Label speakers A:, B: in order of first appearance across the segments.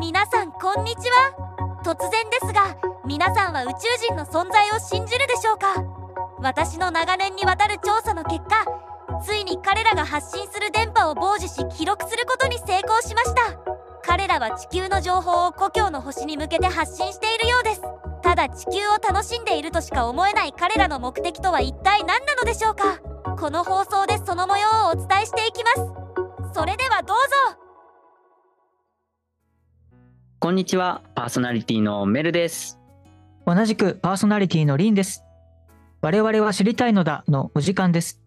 A: 皆さんこんにちは突然ですが皆さんは宇宙人の存在を信じるでしょうか私の長年にわたる調査の結果ついに彼らが発信する電波を傍受し記録することに成功しました彼らは地球の情報を故郷の星に向けて発信しているようですただ地球を楽しんでいるとしか思えない彼らの目的とは一体何なのでしょうかこの放送でその模様をお伝えしていきますそれではどうぞ
B: こんにちは、パーソナリティのメルです。
C: 同じくパーソナリティのリンです。我々は知りたいのだのお時間です。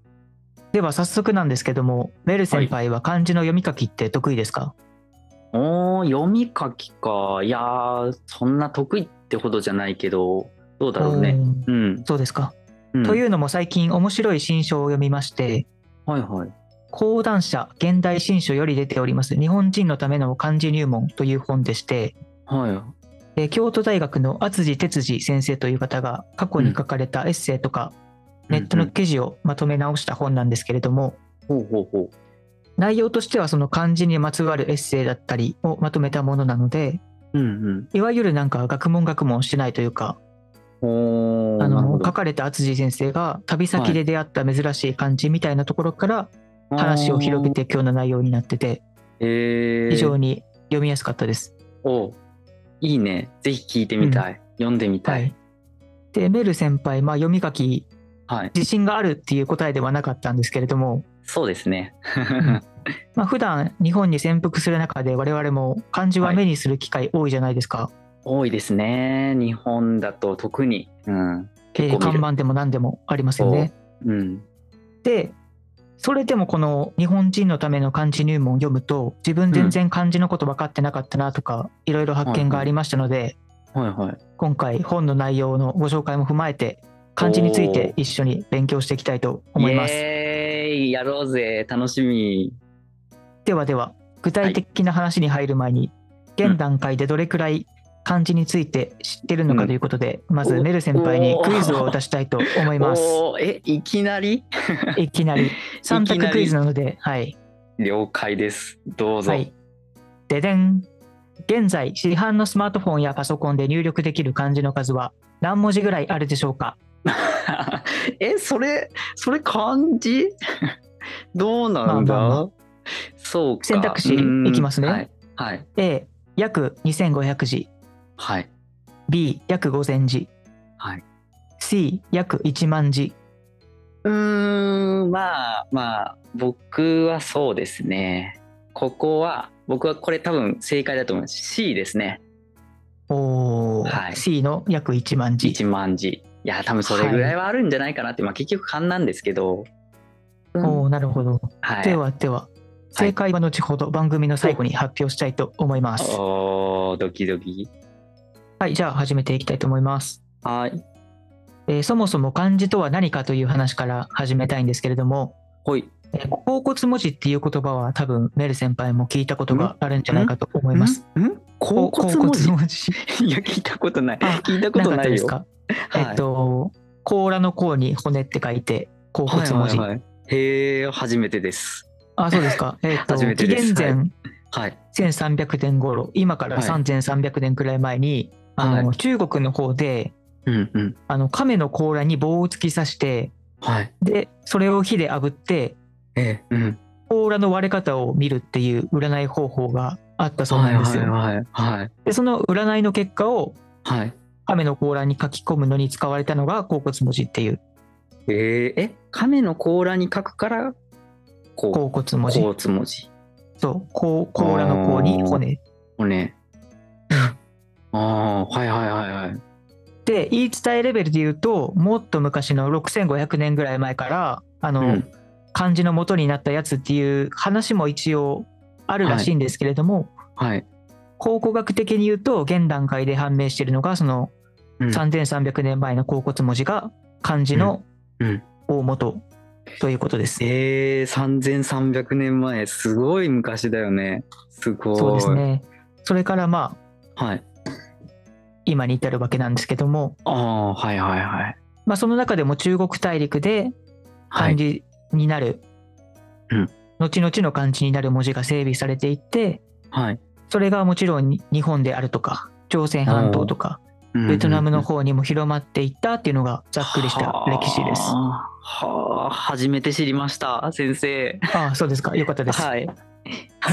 C: では早速なんですけども、メル先輩は漢字の読み書きって得意ですか、
B: おー、読み書きか。いやー、そんな得意ってほどじゃないけど、どうだろうね。
C: うん
B: うん。
C: そうですか、
B: うん
C: というのも最近面白い新書を読みまして、
B: はいはい。
C: 講談社現代新書より出ております日本人のための漢字入門という本でして、
B: は
C: えー京都大学の厚地哲司先生という方が過去に書かれたエッセイとか、
B: い。
C: ネットの
B: うん
C: 記事をまとめ直した本なんですけれども、
B: うん。ほうほうほ
C: 内容としてはその漢字にまつわるエッセイだったりをまとめたものなので
B: う。うん
C: いわゆるなんか学問学問してないというか
B: うん。おー、
C: あ
B: なるほ
C: の
B: ど
C: 書かれた淳先生が旅先で出会った珍しい漢字みたいなところから話を広げ。て今日の内容になってて
B: あーへー。
C: 非常に読みやすかったです。
B: おいいね。ぜひ聞いてみたい。読んでみた。
C: はいい、でメル先輩、まあ、読み書き
B: はい。
C: 自信があるっていう答えではなかったんですけれど も、
B: そうですね。
C: んまあ普段日本に潜伏する中で我々も漢字は目にする機会多いじゃないですか、
B: 多いですね。日本だと特に。うん。
C: えー
B: 結構見
C: 看
B: る
C: 板でも何でもありますよね。
B: うん。
C: でそれでもこの日本人のための漢字入門を読むと自分全然漢字のこと分かってなかったなとかいろいろ発見がありましたので、
B: はいはい。
C: 今回本の内容のご紹介も踏まえて漢字について一緒に勉強していきたいと思いま
B: イ
C: す。
B: エーイやろうぜ楽しみ
C: ではでは具体的な話に入る前に、
B: い
C: 現段階でどれくらい漢字について知ってるのかということで、まず
B: お
C: メル先輩にクイズを出したいと思います。
B: おーえいきなり
C: いきなり
B: い
C: 3
B: きな
C: 択
B: り
C: クイズなので、はい、
B: 了解ですどうぞ、
C: はい。ででん。現在、市販のスマートフォンやパソコンで入力できる漢字の数は何文字ぐらいあるでしょうか
B: えそれそれ漢字 どうなんだ、
C: まあまあ
B: そうか
C: 選択肢
B: うん
C: いきますね
B: はいはい
C: ?A、約2500字。
B: はい、
C: B、約5000字。
B: はい
C: C、約1万字。
B: うーんまあまあ僕はそうですねここは僕はこれ多分正解だと思います C ですね
C: おー、
B: はい
C: C の約1万字。
B: 1万字いや多分それぐらいはあるんじゃないかなって、まあ結局勘なんですけど、うん
C: おー、なるほど。
B: はい、
C: ではでは、正解は後ほど番組の最後に発表したいと思います。はい、
B: おードキドキ
C: じゃあ始めていきたいと思います。
B: はい
C: えーそもそも漢字とは何かという話から始めたいんですけれども、
B: ほい
C: えー甲骨文字っていう言葉は多分メル先輩も聞いたことがあるんじゃないかと思います。
B: んん甲骨文字
C: 甲文字
B: いや聞いたことない
C: あ
B: 聞いたこ
C: な
B: と
C: かっ
B: な
C: た
B: い
C: です
B: よ
C: か。
B: はい
C: えっと甲羅の甲に骨って書いて甲骨文字。
B: はいはいはいへえ初めてです
C: あそうです か。えっと
B: 初めて
C: 紀
B: です
C: 元前
B: はい
C: 1300年頃、今から
B: はい
C: 3300年くらい前に、あの中国の方で
B: うんうん
C: あの亀の甲羅に棒を突き刺して
B: はい
C: でそれを火で炙って
B: ええうん
C: 甲羅の割れ方を見るっていう占い方法があったそうなんですよ。
B: はいはいはい
C: でその占いの結果を
B: はいはい
C: 亀の甲羅に書き込むのに使われたのが甲骨文字っていう
B: えー、え亀の甲羅に書くからこ
C: 甲骨
B: う
C: 文字
B: 甲骨文字
C: そう甲甲羅の甲に骨
B: 骨ああーはいはいはいはい
C: で言い伝えレベルで言うともっと昔の6500年ぐらい前からあの、
B: うん
C: 漢字の元になったやつっていう話も一応あるらしいんですけれども、
B: はい、
C: 考古学的に言うと現段階で判明しているのがその
B: うん
C: 3300年前の甲骨文字が漢字の
B: うんうん
C: 大元ということです。
B: えー、3300年前すごい昔だよねすごい
C: そうですねそれからまあ
B: はい
C: 今に至るわけなんですけども、
B: ああはいはいはい
C: まあ、その中でも中国大陸で
B: は
C: 漢
B: い
C: 字になる、
B: うん
C: 後々の漢字になる文字が整備されていって
B: はい
C: それがもちろんに日本であるとか朝鮮半島とかベトナムの方にも広まっていったっていうのがざっくりした歴史です。
B: はあ、はあ初めて知りました先生。
C: ああそうですかよかったです。
B: はい。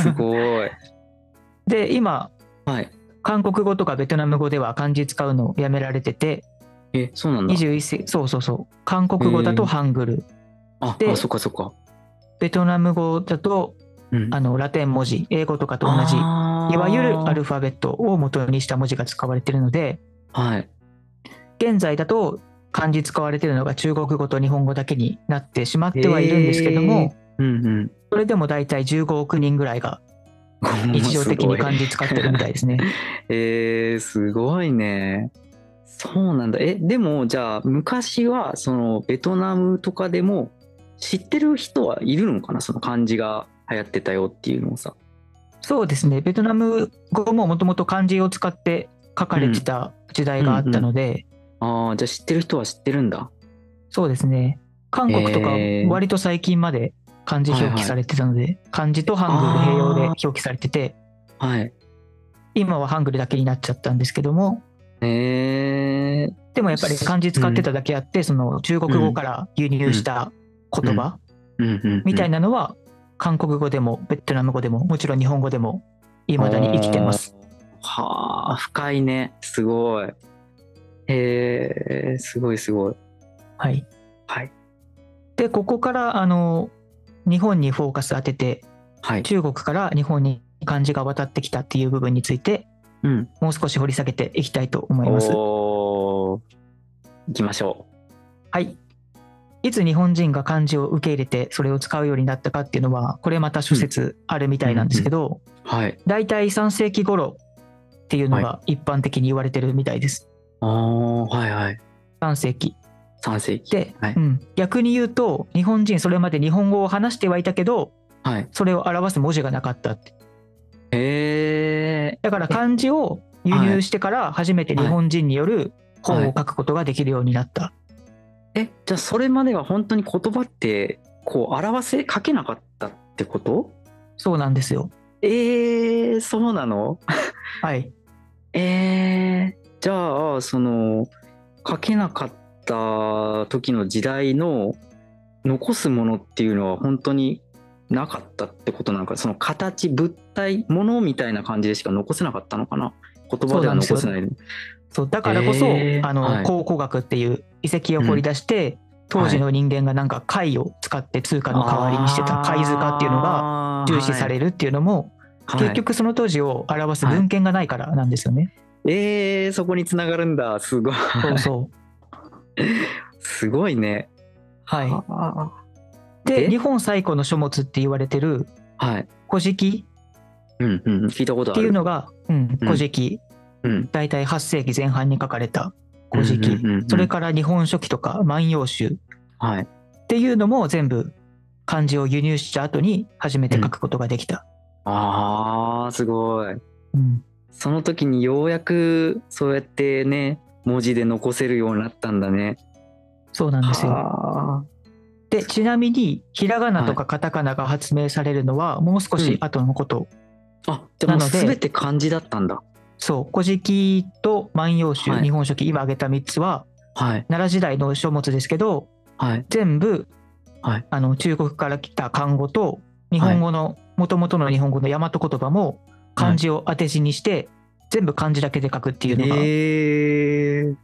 B: すごい。
C: で今
B: はい。
C: 韓国語とかベトナム語では漢字使うのをやめられてて
B: えそうなんだ。
C: 21世そうそうそう韓国語だとハングル
B: あ
C: で
B: あそっかそっか。
C: ベトナム語だと
B: うん
C: あのラテン文字英語とかと同じ
B: あー
C: いわゆるアルファベットを元にした文字が使われてるので
B: はい。
C: 現在だと漢字使われてるのが中国語と日本語だけになってしまってはいるんですけども、
B: うんうん。
C: それでも大体15億人ぐらいが 日常的に 漢字使ってるみたいですね。
B: えー、すごいね。そうなんだ。え、でも、じゃあ、昔は、その、ベトナムとかでも、知ってる人はいるのかなその漢字が流行ってたよっていうのをさ。
C: そうですねベトナム語ももともと漢字を使って書かれてた時代があったので、
B: ああ、じゃあ知ってる人は知ってるんだ。
C: そうですね韓国とか
B: えー
C: 割と最近まで漢字表記されてたので、漢字とハングル併用で表記されてて
B: はい。
C: 今はハングルだけになっちゃったんですけども
B: えー、
C: でもやっぱり漢字使ってただけあって、その中国語から輸入した言葉
B: うんうん、うん。
C: みたい
B: な。
C: なのは韓国語でもベトナム語でももちろん日本語でもいまだに生きてます。
B: はあ、深いね。すごい。えー、すごいすごい。
C: はい、
B: はい。
C: でここからあの日本にフォーカス当てて
B: はい。
C: 中国から日本に漢字が渡ってきたっていう部分について
B: うん。
C: もう少し掘り下げていきたいと思います。
B: おー行きましょ
C: はい。いつ日本人が漢字を受け入れてそれを使うようになったかっていうのはこれまた諸説あるみたいなんですけど、
B: う。はい。
C: 大体3世紀頃っていうのが一般的に言われてるみたいです。
B: ああ、はいはい。
C: 3世紀
B: 3世紀。
C: で、
B: はい
C: うん、逆に言うと日本人それまで日本語を話してはいたけど
B: はい。
C: それを表す文字がなかったって
B: へえ。
C: だから漢字を輸入してから初めて日本人による本を書くことができるようになった、
B: え、じゃあそれまでは本当に言葉ってこう表せかけなかったってこと？
C: そうなんですよ
B: ええ、そうなの？
C: はい
B: ええ。じゃあその書けなかった時の時代の残すものっていうのは本当になかったってことなのか、その形物体ものみたいな感じでしか残せなかったのかな？言葉では残せない。
C: そうだからこそ、
B: へー
C: あの
B: はい
C: 考古学っていう遺跡を掘り出して、当時の人間がなんか貝を使って通貨の代わりにしてた貝塚っていうのが
B: が
C: 重視されるっていうのも、結局その当時を表す文献がないからなんですよね。
B: えー、そこに繋がるんだすごい
C: そうそう。
B: すごいね
C: は。
B: はい
C: で
B: え
C: 日本最古の書物って言われてる
B: い、はい、
C: 古事記
B: うんうん聞いたことあ
C: っ
B: る
C: ていうのが、うん、
B: うん
C: 古事記、
B: うん
C: 大体8世紀前半に書かれた古事記、
B: うんうんうんうん
C: それから日本書紀とか万葉集
B: はい
C: っていうのも全部漢字を輸入した後に初めて書くことができた。
B: あーすごい
C: うん
B: その時にようやくそうやってね文字で残せるようになったんだね
C: そうなんですよ
B: は
C: でちなみにひらがなとかカタカナが発明されるのはもう少し後のこと、
B: ーあじゃあも
C: な
B: う
C: ので
B: 全て漢字だったんだ
C: そう「古事記」と「万葉集」
B: はい
C: 日本書紀」今挙げた3つは
B: はい
C: 奈良時代の書物ですけど
B: はい
C: 全部、
B: はい
C: あの中国から来た漢語と日本語のもともとの日本語の大和言葉も漢字を当て字にして、全部漢字だけで書くっていうのが、
B: えー、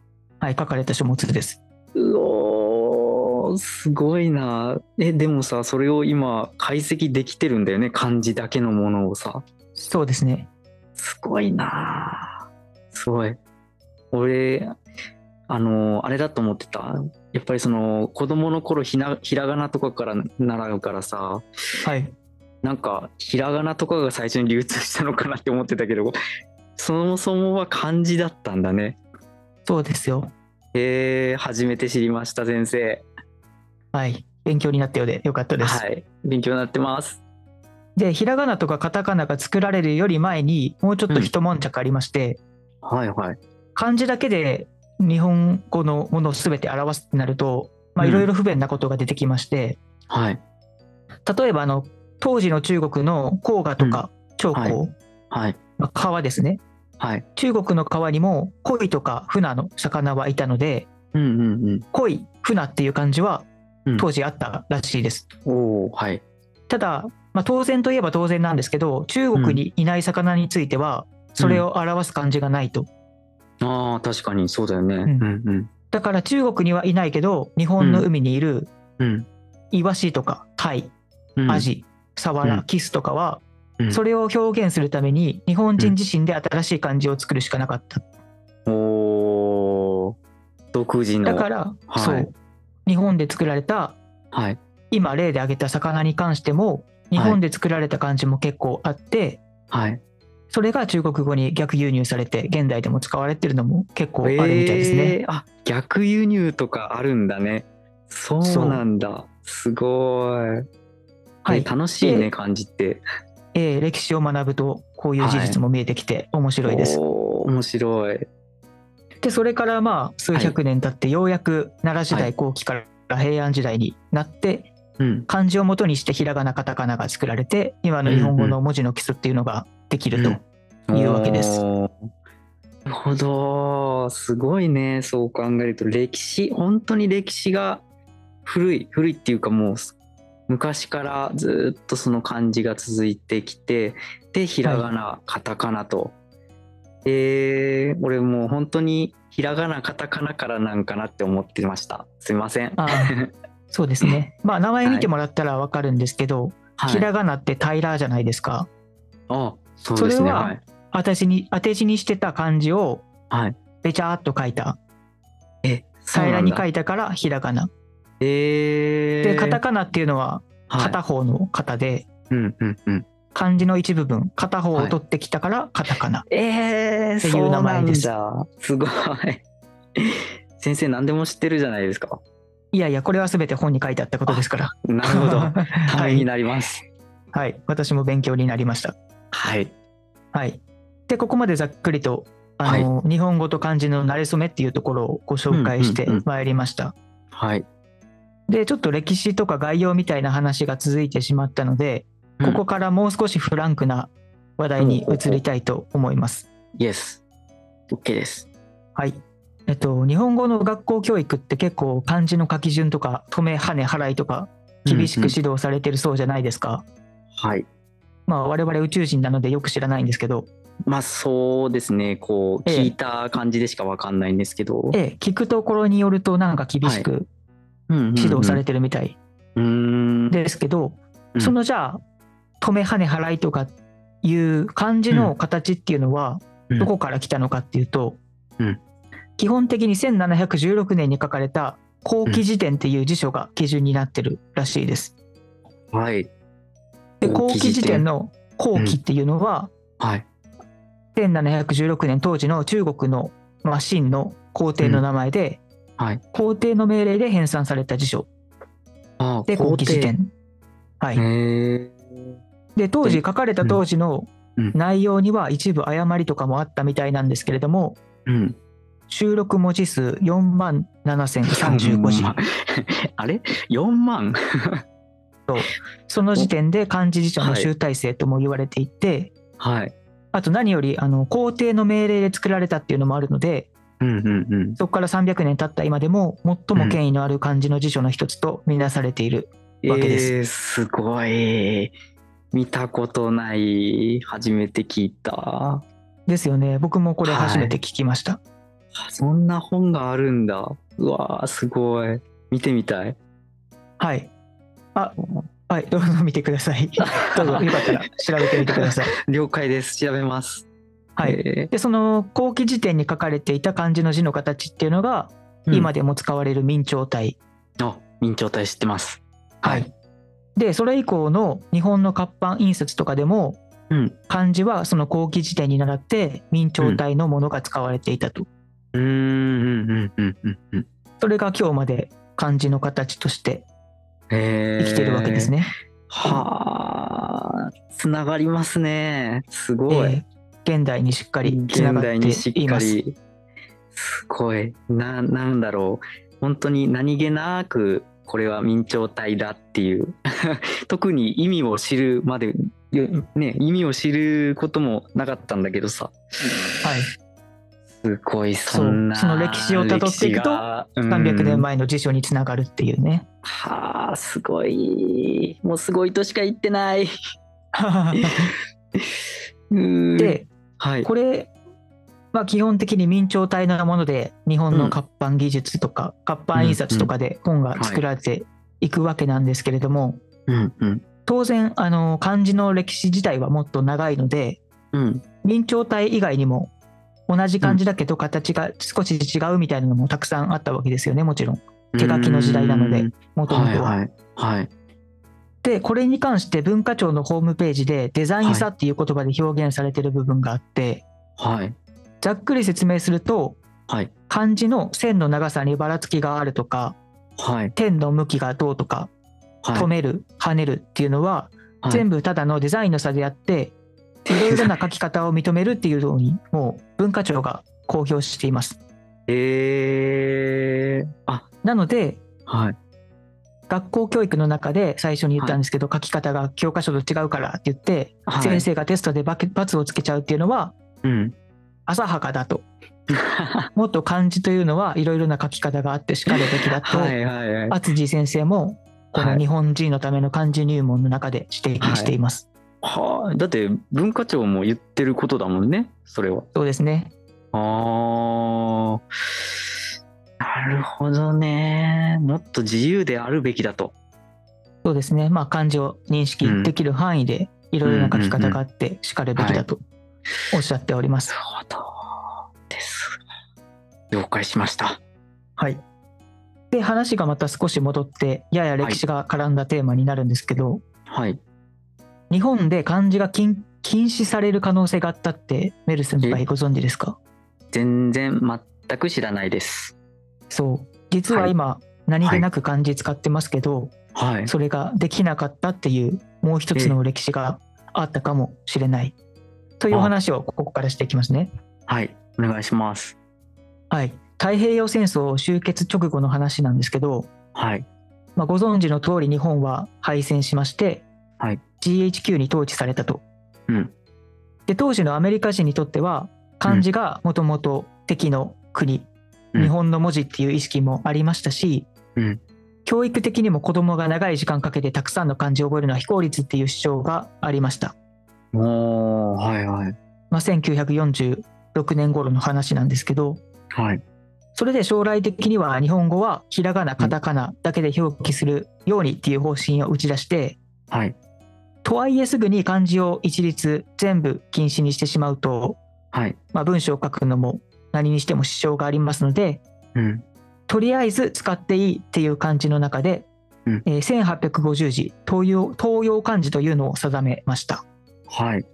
C: はい、書かれた書物です。
B: うおーすごいなえでもさそれを今解析できてるんだよね漢字だけのものをさ
C: そうですね。
B: すごいなあすごい。俺、あの、あれだと思ってた。やっぱりその、子供の頃ひな、ひらがなとかから習うからさ、
C: はい、
B: なんか、ひらがなとかが最初に流通したのかなって思ってたけど、そもそもは漢字だったんだね。
C: そうですよ。
B: えー、初めて知りました、先生。
C: はい、勉強になったようでよかったです。
B: はい。勉強になってます。
C: でひらがなとかカタカナが作られるより前にもうちょっと一悶着ありまして、
B: はいはい。
C: 漢字だけで日本語のものを全て表すってなるとまあ
B: うん
C: いろいろ不便なことが出てきまして、
B: はい。
C: 例えばあの当時の中国の黄河とか長江、
B: はいはい。
C: まあ川ですね
B: はい。
C: 中国の川にも鯉とか船の魚はいたので
B: うんうん
C: 鯉船っていう漢字は
B: うん。
C: 当時あったらしいです、
B: うん、おおはい。
C: ただ、まあ、当然といえば当然なんですけど中国にいない魚についてはそれを表す漢字がないと、
B: ああ確かにそうだよね。うんんうん
C: だから中国にはいないけど日本の海にいる
B: うん
C: イワシとかタイ
B: うん。
C: アジ、サワ
B: うん
C: ラキスとかは、
B: うん
C: それを表現するために日本人自身で新しい漢字を作るしかなかった、
B: おお独自の。
C: だから、
B: はい
C: そう日本で作られた
B: はい。
C: 今例で挙げた魚に関しても日本で作られた漢字も結構あって、
B: はい。
C: それが中国語に逆輸入されて現代でも使われてるのも結構あるみたいですね。
B: えーあ逆輸入とかあるんだね。そうなんだ。すごい。は
C: はい
B: い、楽しいね、
C: で
B: 感じって。
C: えー歴史を学ぶとこういう事実も見えてきて面白いです。
B: おー面白い。
C: でそれからまあ数百年経ってようやく奈良時代後期から平安時代になって
B: うん。
C: 漢字を元にしてひらがなカタカナが作られて今の日本語の文字の基礎っていうのができると。
B: うん
C: いうわけです
B: おーなるほど。すごいね。そう考えると、歴史、本当に歴史が古い、古いっていうかもう、昔からずっとその漢字が続いてきて、で、ひらがな、カタカナと。えー、俺もう本当にひらがな、カタカナからなんかなって思ってました。すいません。
C: あーそうですねまあ名前見てもらったらわかるんですけど、
B: はい
C: ひらがなって平らじゃないですか。
B: あ、そうです
C: そ
B: ね。
C: れは
B: はい。
C: 私に当て字にしてた漢字を
B: はい。
C: べちゃーっと書いた
B: え、そうな
C: 平ら
B: ん
C: に
B: だ
C: 書いたからひらがな
B: えー、
C: でカタカナっていうのは
B: はい
C: 片方の型で、
B: うんうんうん。
C: 漢字の一部分片方を取ってきたからカタカナ、
B: えー、
C: っていう名前です
B: そうなんだすごい。 先生何でも知ってるじゃないですか。
C: い、やいやこれは全て本に書いてあったことですから
B: なるほど。た
C: は
B: めに
C: い、
B: なります。
C: はい、私も勉強になりました
B: はい。
C: はいでここまでざっくりとあの、日本語と漢字の馴れ初めっていうところをご紹介して
B: うんうんうん
C: まいりました、
B: はい。
C: でちょっと歴史とか概要みたいな話が続いてしまったのでここからもう少しフランクな話題に移りたいと思います。
B: イエス。OK です。
C: はい。えっと、日本語の学校教育って結構漢字の書き順とか止め跳ね払いとか厳しく
B: うんうん
C: 指導されてるそうじゃないですか。
B: はい。
C: まあ我々宇宙人なのでよく知らないんですけど、
B: まあそうですね。こう
C: ええ
B: 聞いた感じでしかわかんないんですけど。
C: ええ、聞くところによるとなんか厳しく指
B: 指
C: 導されてるみたい
B: うんうんうん。
C: ですけど、
B: うん
C: そのじゃあ止め跳ね払いとかいう漢字の形っていうのは
B: うん
C: どこから来たのかっていうと、
B: うん
C: 基本的に1716年に書かれた「後期辞典」っていう辞書が基準になってるらしいです。
B: はい。
C: で
B: 後
C: 後
B: 期
C: 期
B: 辞
C: 辞
B: 典
C: 典の「後期」っていうのは、
B: はい。
C: 1716年当時の中国のまあ秦の皇帝の名前で、
B: うんはい
C: 皇帝の命令で編纂された辞書
B: あ
C: で後期辞。典。は
B: 皇
C: い
B: 帝へえ
C: で当時書かれた当時の
B: うん
C: 内容には一部誤りとかもあったみたいなんですけれども
B: うん。
C: 収録文字数4万7035字
B: あれ ?4 万
C: その時点で漢字辞書の集大成とも言われていて、
B: はい。
C: あと何よりあの皇帝の命令で作られたっていうのもあるので
B: うんうんうん。
C: そこから300年経った今でも最も権威のある漢字の辞書の一つと見なされている、わけです
B: えーすごい。見たことない。初めて聞いた。
C: ですよね僕もこれ
B: はい
C: 初めて聞きました、
B: あそんな本があるんだ。うわー、すごい。見てみたい。
C: はい、あはいどうぞ見てくださ いどうぞよかったら調べてみてください
B: 了解です。調べます。
C: はい
B: え
C: でその後期辞典に書かれていた漢字の字の形っていうのが
B: ー
C: 今。でも使われる明朝体、
B: うんあ、明朝体知ってます。はい。
C: でそれ以降の日本の活版印刷とかでも
B: うん。
C: 漢字はその後期辞典に習って明朝体のものが使われていたと、
B: うーんうんうんうんうんうん。
C: それが今日まで漢字の形として
B: え
C: 生きてるわけです
B: ね。
C: ね。
B: はあ、つながりますね。す
C: え
B: ごい。
C: ー現代にしっかりつな
B: 現
C: がっ
B: 代にしてっ
C: い
B: か
C: ます。
B: りすごいななんだろう本当に何気な くこれは明朝体だっていう特に意味を知るまでよね、意味を知ることもなかったんだけどさ
C: はい、
B: すごいそんな
C: そうその歴史を辿っていくと300年
B: 前
C: 前の辞書につながるってい うね。
B: はあすごいもうすごいとしか言ってない うーん
C: で
B: はい
C: これは基本的に明朝体のもので日本の活版技術とか活版印刷とかで本が作られていくわけなんですけれども
B: うんうん
C: 当然あの漢字の歴史自体はもっと長いので
B: うん
C: 明朝体以外にも同じ漢字だけど形が少し違うみたいなのもたくさんあったわけですよねもちろん手書きの時代なので
B: うん
C: もとも
B: はい
C: とは。
B: はいはい
C: でこれに関して文化庁のホームページでデザインさっていう言葉で表現されてる部分があって
B: はい
C: ざっくり説明すると
B: はい
C: 漢字の線の長さにばらつきがあるとか
B: はい
C: 点の向きがどうとか
B: はい
C: 止める、跳ねるっていうのは全部ただのデザインの差であって、い、ろいろな書き方を認めるっていうようにもう文化庁が公表しています
B: えー、あ
C: なので
B: はい
C: 学校教育の中で最初に言ったんですけど、書き方が教科書と違うからって言って、
B: はい
C: 先生がテストでバケ罰をつけちゃうっていうのは
B: うん
C: 浅はかだともっと漢字というのはいろいろな書き方があってしかるべきだと
B: はいはいはい
C: 厚地先生もこ
B: は
C: の
B: い
C: 日本人のための漢字入門の中で指
B: は
C: 摘
B: い
C: しています。
B: はあ、だって文化庁も言ってることだもんねそれは。
C: そうですね。
B: ああなるほどねもっと自由であるべきだと。
C: そうですね。まあ漢字を認識できる範囲でいろいろな書き方があってしかるべきだとおっしゃっております。
B: ほどです。了解しました。
C: はい。で話がまた少し戻ってやや歴史が絡んだテーマになるんですけど、
B: はい。
C: 日本で漢字が禁禁止される可能性があったってメル先輩
B: え
C: ご存知ですか
B: 全然全く知らないです。
C: そう。実は今何気なく漢字使ってますけど、
B: はい。
C: それができなかったっていうもう一つの歴史があったかもしれないというお話をここからしていきますね。
B: はい。お願いします。
C: はい、太平洋戦争終結直後の話なんですけど、
B: はい。
C: まあ、ご存知の通り日本は敗戦しまして、
B: はい
C: GHQ に統治されたと。
B: うん
C: で当時のアメリカ人にとっては漢字がもともと敵の国、
B: うん
C: 日本の文字っていう意識もありましたし、
B: うん
C: 教育的にも子供が長い時間かけてたくさんの漢字を覚えるのは非効率っていう主張がありました。
B: おー、はいはい。
C: まあ、1946年頃の話なんですけど
B: はい。
C: それで将来的には日本語はひらがなカタカナだけで表記するようにっていう方針を打ち出して
B: はい。
C: とはいえすぐに漢字を一律全部禁止にしてしまうと、
B: はい。
C: まあ、文章を書くのも何にしても支障がありますので
B: うん。
C: とりあえず使っていいっていう漢字の中で、
B: うん
C: えー1850字東洋東洋漢字というのを定めました。
B: はい。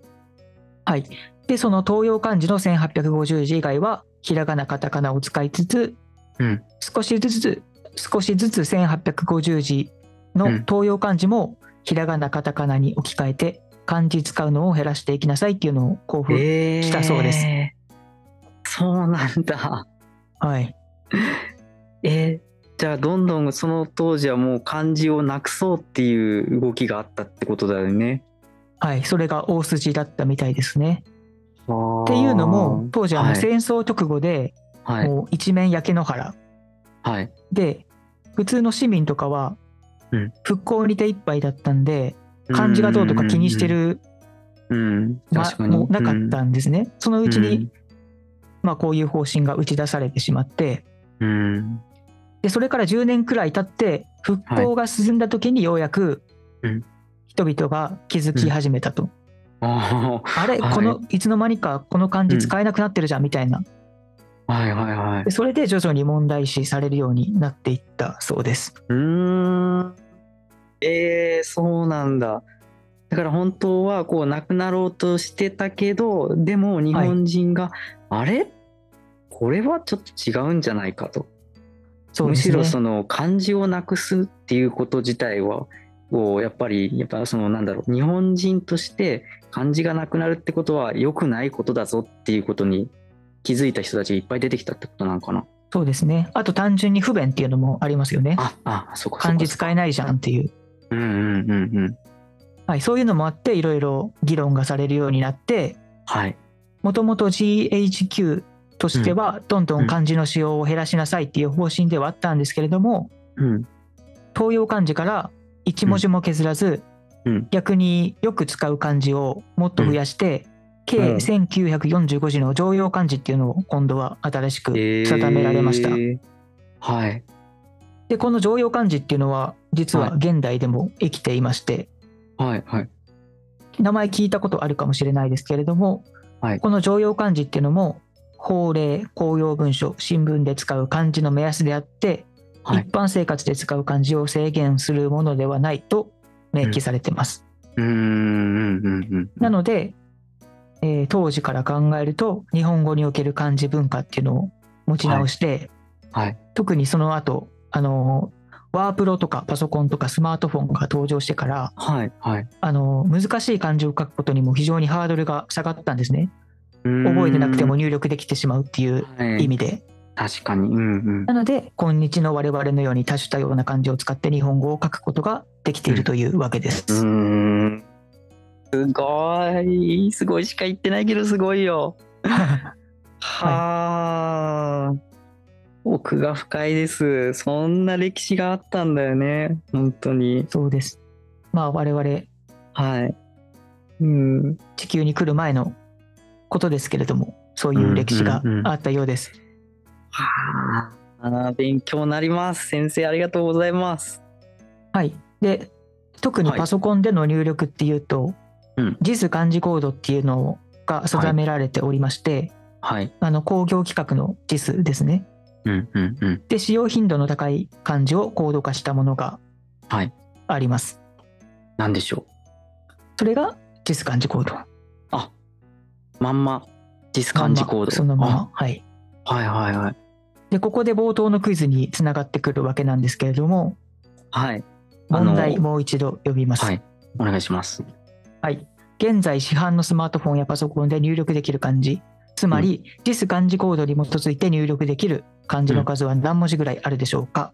C: はい、でその東洋漢字の1850字以外はひらがなカタカナを使いつつ、
B: うん
C: 少しずつ少しずつ1850字
B: う
C: の
B: ん
C: 東洋漢字もひらがなカタカナに置き換えて漢字使うのを減らしていきなさいっていうのを交付、
B: え
C: したそうです。
B: そうなんだ。
C: はい、
B: えーじゃあどんどんその当時はもう漢字をなくそうっていう動きがあったってことだよね。
C: はい、それが大筋だったみたいです
B: っ
C: ね。
B: てい
C: っていうのも当時はもう
B: はい
C: 戦争直後で、
B: はい
C: もう一面焼け野原
B: はい
C: で普通の市民とかは
B: うん
C: 復興に手一杯だったんで、漢字がどうとか気にしてる
B: うん
C: ま
B: 確かに
C: もうなかったんですね、そのうちに、
B: うん
C: まあ、こういう方針が打ち出されてしまって
B: うん
C: でそれから10年くらい経って復興が進んだ時にようやく
B: うん
C: 人々が気づき始めたと、
B: あ
C: あれ、
B: はい
C: このいつの間にかこの漢字使えなくなってるじゃんみたいな
B: ーはいはいはい
C: でそれで徐々に問題視されるようになっていったそうです
B: うーんえー、そうなんだだから本当はこうなくなろうとしてたけどでも日本人が、あれこれはちょっと違うんじゃないかと、
C: そう
B: む
C: で
B: し
C: すね
B: ろその漢字をなくすっていうこと自体はこうやっぱりやっぱそのなんだろう日本人として漢字がなくなるってことは良くないことだぞっていうことに気づいた人たちがいっぱい出てきたってことなのかな
C: そうですねあと単純に不便っていうのもありますよね
B: ああそうかそうか
C: 漢字使えないじゃんっていう
B: うんうんうんうん
C: はい、そういうのもあっていろいろ議論がされるようになって
B: はい。
C: もともと GHQ としてはどんどん漢字の使用を減らしなさいっていう方針ではあったんですけれども
B: うん。
C: 東洋漢字から1文字も削らず、
B: うん
C: 逆によく使う漢字をもっと増やして、計
B: うん
C: 1945字の常用漢字っていうのを今度は新しく
B: えー
C: 定められました。
B: はい。
C: でこの常用漢字っていうのは実は
B: はい
C: 現代でも生きていまして、
B: はい。はい。
C: 名前聞いたことあるかもしれないですけれども、
B: はい
C: この常用漢字っていうのも法令公用文書新聞で使う漢字の目安であって、
B: はい
C: 一。般生活で使う漢字を制限するものではないと明記されてます、
B: うーん。うん。うん。
C: なので、えー当時から考えると日本語における漢字文化っていうのを持ち直して、
B: はいはい
C: 特にその後あのーワープロとかパソコンとかスマートフォンが登場してから
B: はい。はい。
C: あのー難しい漢字を書くことにも非常にハードルが下がったんですね。覚
B: 覚
C: えてなくても入力できてしまうっていう意味で、
B: 確かに。うん。うん
C: な。ので今日の我々のように多種多様な漢字を使って日本語を書くことができているというわけです、
B: うーんすごいすごいしか言ってないけどすごいよ。はあ、奥が深いです。そんな歴史があったんだよね本当に。
C: そうですまあ我々
B: はい。うん、
C: 地球に来る前のことですけれどもそういう歴史が
B: うんうんうん
C: あったようです、
B: はあ勉強になります。先生ありがとうございます。
C: はいで特に
B: はい
C: パソコンでの入力っていうと、
B: うん
C: 実 JIS 漢字コードっていうのが定められておりまして、
B: はい。
C: あの工業規格の JIS ですね
B: うんうんうん。
C: で使用頻度の高い漢字をコード化したものが
B: はい
C: あります。
B: なんでしょ
C: それが JIS 漢字コード。
B: う。あまんま実漢字コード。
C: そのまま。はい。
B: あはいはいはい。
C: でここで冒頭のクイズにつながってくるわけなんですけれども
B: はい。あの
C: 問題もう一度呼びます。
B: はい。お願いします。
C: はい現在市販のスマートフォンやパソコンで入力できる漢字つまり JIS 漢字コードに基づいて入力できる漢字の数は何文字ぐらいあるでしょうか、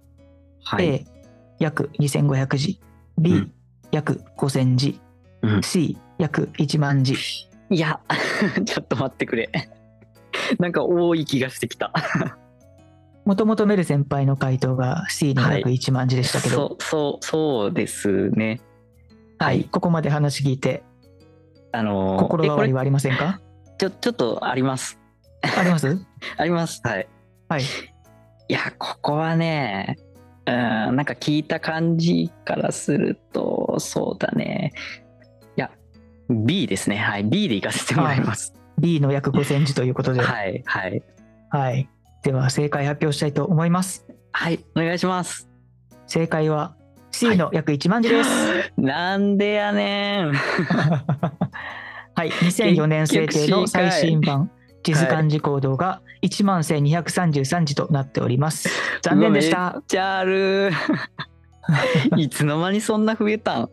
B: はい。
C: A 約2500字 B、
B: うん
C: 約5000字、
B: うん
C: C 約1万字
B: いや、 ちょっと待ってくれ。 なんか多い気がしてきた。
C: もともとメル先輩の回答が C の約1万字でしたけど、
B: そう、そう、そうですね。
C: はいここまで話聞いて
B: あのー
C: 心変わ
B: え
C: り
B: こ
C: はありませんか
B: れちょ、ちょっとあります。
C: あり ます
B: あります。はい。
C: はい。
B: いや、ここはね、うん、なんか聞いた感じからすると、そうだね。いや、B ですね。はい。B で行かせてもらいます。
C: B の約5000字ということで、はい
B: はい、はい。
C: では正解発表したいと思います
B: はい、お願いします。
C: 正解は C の約1万字です
B: なんでやねん。
C: はい2004年制定の最新版地図漢字行動が1万1233字となっております残念でし
B: うわ
C: た
B: めっちゃあ るいつの間にそんな増えたん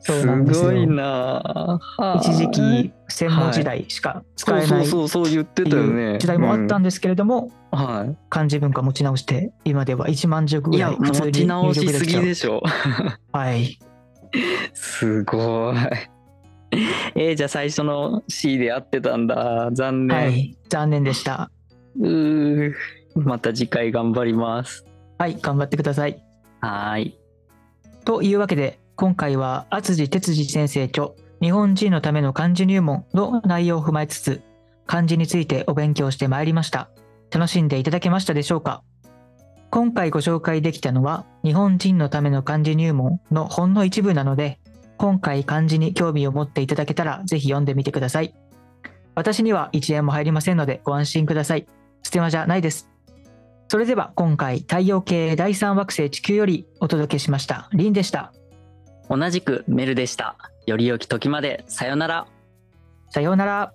C: そうなんですよ
B: ごいなあ
C: 一時期専門時代しか使え
B: そ
C: な
B: う
C: いって
B: そうそうそう言ってたよ
C: い
B: ね
C: う時代もあったんですけれども、
B: うんは
C: 漢字文化持ち直して今では1万字
B: い、い
C: ぐ
B: や
C: らい普通
B: 持ち
C: に入
B: 直
C: 力
B: し
C: ですきち
B: ぎ
C: ゃう
B: でしょ
C: はい
B: すごいえーじゃあ最初の C で合ってたんだ残念、
C: はい残念でした
B: うーまた次回頑張ります
C: はい頑張ってください
B: はーい
C: というわけで今回は厚地哲司先生著日本人のための漢字入門の内容を踏まえつつ漢字についてお勉強してまいりました楽しんでいただけましたでしょうか今回ご紹介できたのは日本人のための漢字入門のほんの一部なので今回漢字に興味を持っていただけたらぜひ読んでみてください私には1円も入りませんのでご安心くださいステマじゃないですそれでは今回太陽系第3惑星地球よりお届けしましたリンでした
B: 同じくメルでしたより良き時までさよなら
C: さようなら